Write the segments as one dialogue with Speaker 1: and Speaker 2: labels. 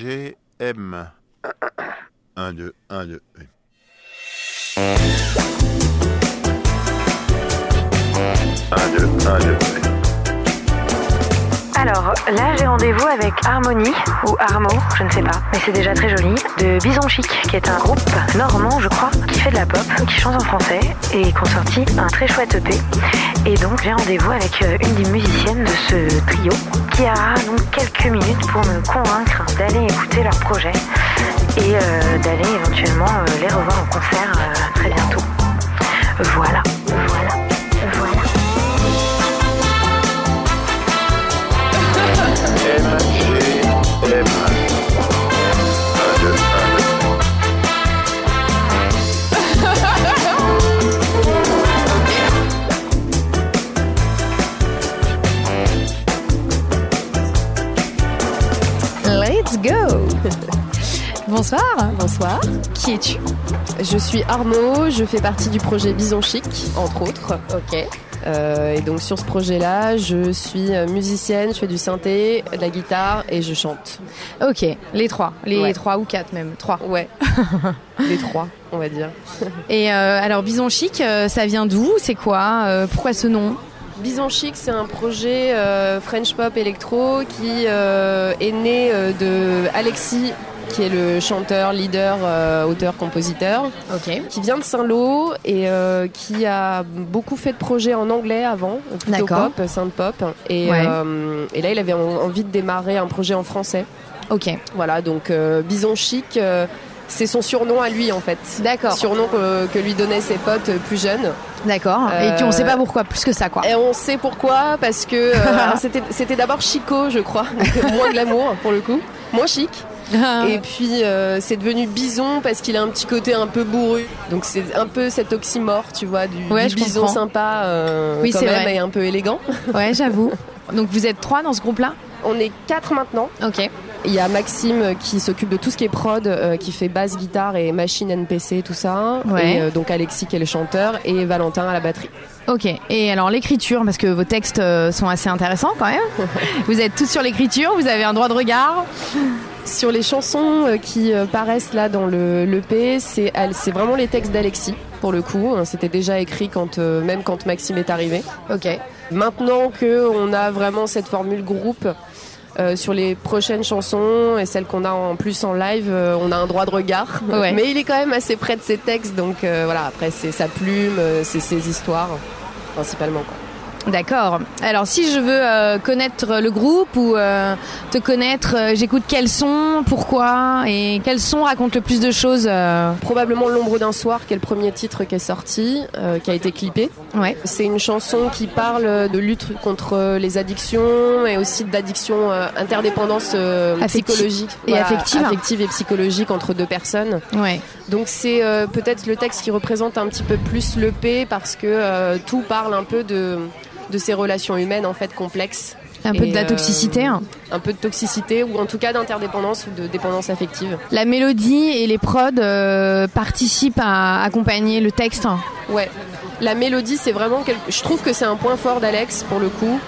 Speaker 1: MGM. 1, 2, 1, 2.
Speaker 2: Alors là, j'ai rendez-vous avec Harmonie ou Armo, je ne sais pas, mais c'est déjà très joli, de Bison Chic, qui est un groupe normand, je crois, qui fait de la pop, qui chante en français et qui ont sorti un très chouette EP. Et donc, j'ai rendez-vous avec euh, une des musiciennes de ce trio qui aura donc quelques minutes pour me convaincre d'aller écouter leur projet et euh, d'aller éventuellement euh, les revoir en concert euh, très bientôt. Voilà, voilà, voilà.
Speaker 1: MGM.
Speaker 3: Let's go Bonsoir,
Speaker 4: Bonsoir,
Speaker 3: qui es-tu
Speaker 4: je suis Arnaud, je fais partie du projet Bison Chic, entre autres.
Speaker 3: Ok.
Speaker 4: Euh, et donc sur ce projet-là, je suis euh, musicienne, je fais du synthé, de la guitare et je chante.
Speaker 3: Ok, les trois, les
Speaker 4: Ouais.
Speaker 3: trois ou quatre même, trois.
Speaker 4: Ouais, les trois, on va dire.
Speaker 3: Et euh, alors Bison Chic, euh, ça vient d'où C'est quoi Euh, Pourquoi ce nom
Speaker 4: Bison Chic, c'est un projet euh, French Pop Electro qui euh, est né euh, de Alexis, qui est le chanteur, leader, euh, auteur, compositeur.
Speaker 3: Ok.
Speaker 4: qui vient de Saint-Lô et euh, qui a beaucoup fait de projets en anglais avant, euh, plutôt
Speaker 3: D'accord.
Speaker 4: pop, synth pop. Et,
Speaker 3: Ouais.
Speaker 4: euh, et là, il avait en- envie de démarrer un projet en français.
Speaker 3: Ok.
Speaker 4: Voilà, donc euh, Bison Chic, euh, c'est son surnom à lui en fait.
Speaker 3: D'accord.
Speaker 4: Surnom que, que lui donnaient ses potes euh, plus jeunes.
Speaker 3: D'accord. Et
Speaker 4: Euh,
Speaker 3: puis on sait pas pourquoi plus que ça quoi.
Speaker 4: Et on sait pourquoi, parce que euh, alors, c'était- c'était d'abord Chico, je crois, donc moins glamour pour le coup, moins chic.
Speaker 3: Ah
Speaker 4: Et puis euh, c'est devenu bison parce qu'il a un petit côté un peu bourru. Donc c'est un peu cet oxymore, tu vois, du,
Speaker 3: Ouais, je
Speaker 4: du bison
Speaker 3: comprends.
Speaker 4: sympa euh,
Speaker 3: Oui,
Speaker 4: quand
Speaker 3: c'est
Speaker 4: même
Speaker 3: vrai.
Speaker 4: et un peu élégant.
Speaker 3: ouais, j'avoue. Donc vous êtes trois dans ce groupe-là
Speaker 4: On est quatre maintenant.
Speaker 3: Ok.
Speaker 4: Il y a Maxime euh, qui s'occupe de tout ce qui est prod, euh, qui fait basse, guitare et machine NPC, tout ça.
Speaker 3: Ouais.
Speaker 4: Et euh, donc Alexis qui est le chanteur et Valentin à la batterie.
Speaker 3: Ok. Et alors l'écriture, parce que vos textes euh, sont assez intéressants quand même. vous êtes tous sur l'écriture, vous avez un droit de regard.
Speaker 4: Sur les chansons euh, qui euh, paraissent là dans le l'EP, c'est elle- c'est vraiment les textes d'Alexis pour le coup. Hein, C'était déjà écrit quand euh, même quand Maxime est arrivé.
Speaker 3: Ok.
Speaker 4: Maintenant que on a vraiment cette formule groupe euh, sur les prochaines chansons et celles qu'on a en plus en live, euh, on a un droit de regard.
Speaker 3: Ouais.
Speaker 4: Mais il est quand même assez près de ses textes, donc euh, voilà. Après, c'est sa plume, euh, c'est ses histoires principalement. Quoi.
Speaker 3: D'accord. Alors si je veux euh, connaître le groupe ou euh, te connaître, euh, j'écoute quels sons, pourquoi et quels sons racontent le plus de choses. euh,
Speaker 4: Probablement l'ombre d'un soir, qui est le premier titre qui est sorti, euh, qui a été clippé.
Speaker 3: Ouais.
Speaker 4: C'est une chanson qui parle de lutte contre les addictions et aussi d'addiction euh, interdépendance euh,
Speaker 3: Affective
Speaker 4: psychologique
Speaker 3: et affective.
Speaker 4: affective et psychologique entre deux personnes.
Speaker 3: Ouais.
Speaker 4: Donc c'est euh, peut-être le texte qui représente un petit peu plus le P parce que euh, tout parle un peu de de ces relations humaines en fait complexes,
Speaker 3: Un peu
Speaker 4: Et,
Speaker 3: de la toxicité.
Speaker 4: euh,
Speaker 3: hein.
Speaker 4: un peu de toxicité ou en tout cas d'interdépendance ou de dépendance affective.
Speaker 3: La mélodie et les prods euh, participent à accompagner le texte. hein.
Speaker 4: Ouais. La mélodie, c'est vraiment. quel- Je trouve que c'est un point fort d'Alex pour le coup,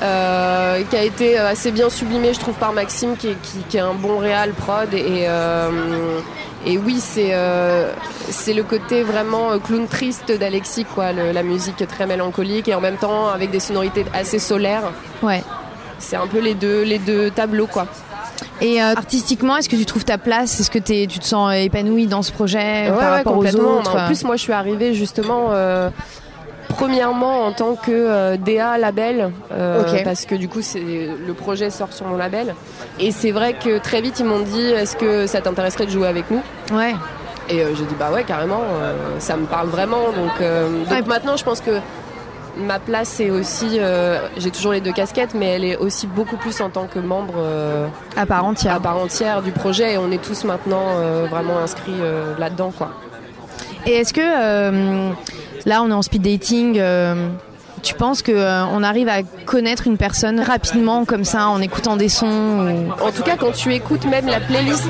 Speaker 4: euh, qui a été euh, assez bien sublimé, je trouve, par Maxime, qui est, qui, qui est un bon réal prod. Et, euh, et oui, c'est euh, c'est le côté vraiment euh, clown triste d'Alexis, quoi. le- la musique très mélancolique et en même temps avec des sonorités assez solaires.
Speaker 3: Ouais.
Speaker 4: C'est un peu les deux les deux tableaux, quoi.
Speaker 3: Et euh, artistiquement, est-ce que tu trouves ta place Est-ce que t'es- tu te sens épanoui dans ce projet
Speaker 4: Ouais,
Speaker 3: par
Speaker 4: ouais,
Speaker 3: rapport aux
Speaker 4: complètement. Bah,
Speaker 3: autres
Speaker 4: En plus, moi, je suis arrivée justement. euh, Premièrement, en tant que euh, DA label, euh,
Speaker 3: Ok.
Speaker 4: parce que du coup, c'est le projet sort sur mon label. Et c'est vrai que très vite, ils m'ont dit Est-ce que ça t'intéresserait de jouer avec nous
Speaker 3: Ouais.
Speaker 4: Et euh, j'ai dit Bah ouais, carrément, euh, ça me parle vraiment. Donc, euh, donc
Speaker 3: Ouais.
Speaker 4: maintenant, je pense que ma place est aussi. euh, J'ai toujours les deux casquettes, mais elle est aussi beaucoup plus en tant que membre euh,
Speaker 3: À part entière.
Speaker 4: à part entière du projet. Et on est tous maintenant euh, vraiment inscrits euh, là-dedans, quoi.
Speaker 3: Et est-ce que euh, là, on est en speed dating euh, Tu penses que euh, on arrive à connaître une personne rapidement comme ça en écoutant des sons ou-
Speaker 4: En tout cas, quand tu écoutes même la playlist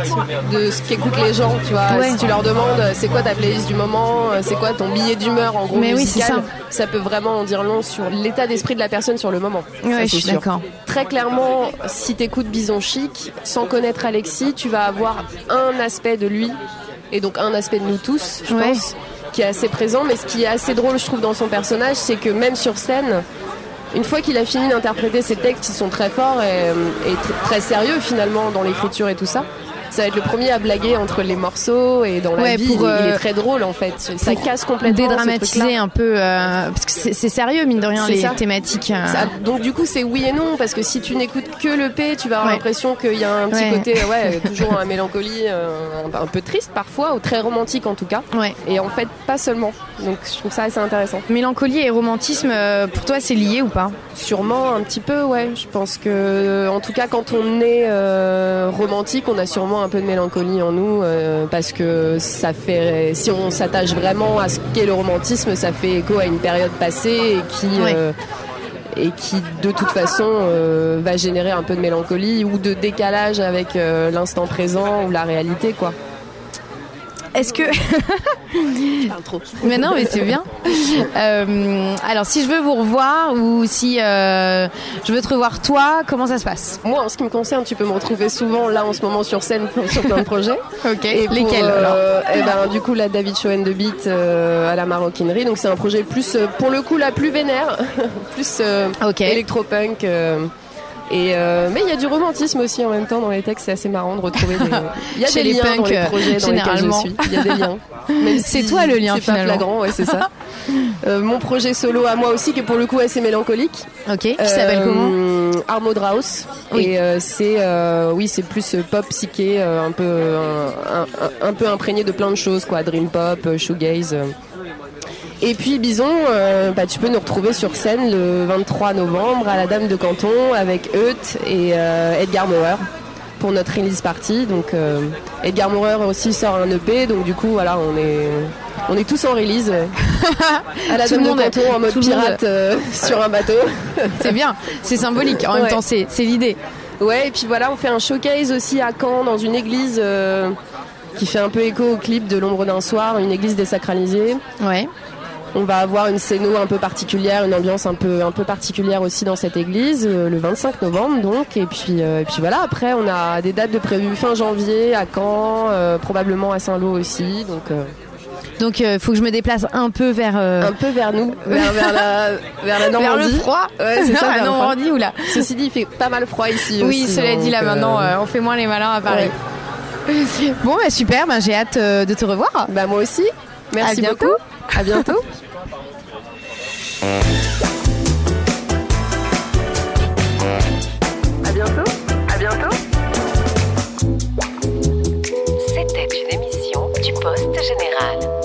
Speaker 4: de ce qu'écoutent les gens, tu vois,
Speaker 3: Ouais.
Speaker 4: si tu leur demandes euh, c'est quoi ta playlist du moment, euh, c'est quoi ton billet d'humeur en gros
Speaker 3: Mais oui,
Speaker 4: musical,
Speaker 3: c'est
Speaker 4: ça peut vraiment en dire long sur l'état d'esprit de la personne sur le moment. Ça,
Speaker 3: Ouais,
Speaker 4: c'est
Speaker 3: je suis
Speaker 4: sûr.
Speaker 3: d'accord.
Speaker 4: Très clairement, si t'écoutes Bison Chic, sans connaître Alexis, tu vas avoir un aspect de lui et donc un aspect de nous tous, je
Speaker 3: Ouais.
Speaker 4: pense, qui est assez présent. Mais ce qui est assez drôle, je trouve, dans son personnage, c'est que même sur scène, une fois qu'il a fini d'interpréter ses textes, ils sont très forts et, euh, et tr- très sérieux finalement dans l'écriture et tout ça. Ça va être le premier à blaguer entre les morceaux et dans la
Speaker 3: Ouais,
Speaker 4: vie.
Speaker 3: pour,
Speaker 4: il, il
Speaker 3: euh,
Speaker 4: est très drôle en fait. Ça
Speaker 3: pour
Speaker 4: casse complètement. ce truc-là.
Speaker 3: Dédramatiser un peu euh, parce que c'est c'est sérieux mine de rien
Speaker 4: C'est
Speaker 3: les
Speaker 4: ça.
Speaker 3: thématiques. euh,
Speaker 4: Ça- donc du coup c'est oui et non parce que si tu n'écoutes que le P tu vas avoir
Speaker 3: Ouais.
Speaker 4: l'impression qu'il y a un petit
Speaker 3: Ouais.
Speaker 4: côté euh, ouais toujours un mélancolie euh, un, un peu triste parfois ou très romantique en tout cas
Speaker 3: Ouais.
Speaker 4: et en fait pas seulement donc je trouve ça assez intéressant
Speaker 3: Mélancolie et romantisme, euh, pour toi, c'est lié ou pas
Speaker 4: sûrement un petit peu ouais je pense que en tout cas quand on est euh, romantique on a sûrement un peu de mélancolie en nous euh, parce que ça fait si on s'attache vraiment à ce qu'est le romantisme ça fait écho à une période passée et qui
Speaker 3: Ouais.
Speaker 4: euh, et qui de toute façon euh, va générer un peu de mélancolie ou de décalage avec euh, l'instant présent ou la réalité quoi.
Speaker 3: Est-ce que. mais non, mais c'est bien. Euh, alors, si je veux vous revoir ou si euh, je veux te revoir toi, comment ça se passe
Speaker 4: Moi en ce qui me concerne, tu peux me retrouver souvent là en ce moment sur scène pour- sur plein de projets.
Speaker 3: Ok.
Speaker 4: Et pour,
Speaker 3: Lesquels
Speaker 4: euh,
Speaker 3: alors
Speaker 4: eh ben, du coup, la David Schoen de Beat euh, à la maroquinerie. Donc, c'est un projet plus, euh, pour le coup, la plus vénère, plus euh,
Speaker 3: Ok.
Speaker 4: électropunk. euh, et, euh, mais il y a du romantisme aussi en même temps dans les textes. C'est assez marrant de retrouver des. Il y a
Speaker 3: Chez
Speaker 4: des
Speaker 3: les
Speaker 4: liens dans
Speaker 3: punks,
Speaker 4: les
Speaker 3: euh,
Speaker 4: projets dans lesquels je
Speaker 3: généralement.
Speaker 4: suis. Il y a des liens. Même
Speaker 3: C'est
Speaker 4: si
Speaker 3: toi le lien,
Speaker 4: c'est pas
Speaker 3: finalement.
Speaker 4: flagrant, ouais, c'est ça. Euh, mon projet solo à moi aussi, qui est pour le coup assez mélancolique.
Speaker 3: Ok. Qui s'appelle comment
Speaker 4: Armo Draus.
Speaker 3: Oui.
Speaker 4: Euh, Et euh, c'est euh, oui, c'est plus euh, pop psyché, euh, un peu euh, un, un- un peu imprégné de plein de choses quoi, dream pop, euh, shoegaze. euh. Et puis Bison, euh, bah, tu peux nous retrouver sur scène le 23 novembre à la Dame de Canton avec Euth et euh, Edgar Mauer pour notre release party. Donc euh, Edgar Mauer aussi sort un EP, donc du coup voilà, on est on est tous en release euh, à la
Speaker 3: Tout
Speaker 4: Dame
Speaker 3: le
Speaker 4: de
Speaker 3: monde-
Speaker 4: Canton en mode
Speaker 3: tout le monde-
Speaker 4: pirate euh, sur un bateau.
Speaker 3: C'est bien. C'est symbolique. En même
Speaker 4: Ouais.
Speaker 3: temps, c'est c'est l'idée.
Speaker 4: Ouais, et puis voilà, on fait un showcase aussi à Caen dans une église euh, qui fait un peu écho au clip de L'ombre d'un soir, une église désacralisée.
Speaker 3: Ouais.
Speaker 4: On va avoir une scéno un peu particulière, une ambiance un peu un peu particulière aussi dans cette église euh, le 25 novembre donc et puis euh, et puis voilà, après on a des dates de prévues fin janvier à Caen, euh, probablement à Saint-Lô aussi, donc euh,
Speaker 3: Donc, il faut que je me déplace un peu vers. euh,
Speaker 4: un peu vers nous, vers, vers la vers la
Speaker 3: vers le
Speaker 4: Normandie.
Speaker 3: froid.
Speaker 4: Ouais, c'est ça, vers le
Speaker 3: non,
Speaker 4: froid.
Speaker 3: Normandie ou là.
Speaker 4: Ceci dit, il fait pas mal froid ici
Speaker 3: Oui,
Speaker 4: aussi,
Speaker 3: cela dit,
Speaker 4: donc,
Speaker 3: là
Speaker 4: euh,
Speaker 3: maintenant, euh, on fait moins les malins à Paris. Bon, bah super, bah, j'ai hâte euh, de te revoir.
Speaker 4: Bah moi aussi. Merci
Speaker 3: À bientôt.
Speaker 4: beaucoup. À bientôt.
Speaker 2: À bientôt. À bientôt. C'était une émission du Poste Général.